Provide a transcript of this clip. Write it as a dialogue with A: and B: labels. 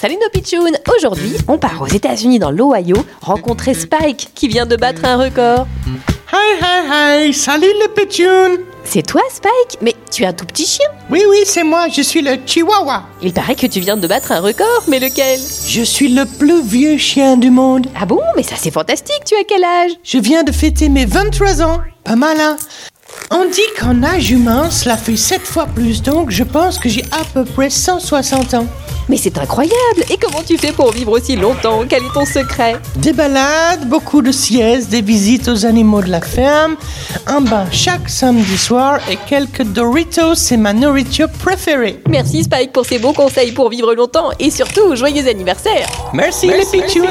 A: Salut nos pitchouns Aujourd'hui, on part aux États-Unis dans l'Ohio rencontrer Spike qui vient de battre un record.
B: Hi, hi, hi, salut les pitchouns
A: C'est toi Spike Mais tu es un tout petit chien
B: Oui, oui, c'est moi, je suis le Chihuahua.
A: Il paraît que tu viens de battre un record, mais lequel
B: Je suis le plus vieux chien du monde.
A: Ah bon Mais ça c'est fantastique, tu as quel âge
B: Je viens de fêter mes 23 ans. Pas mal, hein On dit qu'en âge humain, cela fait 7 fois plus, donc je pense que j'ai à peu près 160 ans.
A: Mais c'est incroyable Et comment tu fais pour vivre aussi longtemps Quel est ton secret
B: Des balades, beaucoup de siestes, des visites aux animaux de la ferme, un bain chaque samedi soir et quelques Doritos, c'est ma nourriture préférée.
A: Merci Spike pour ces bons conseils pour vivre longtemps et surtout, joyeux anniversaire
B: Merci, les pitchouns.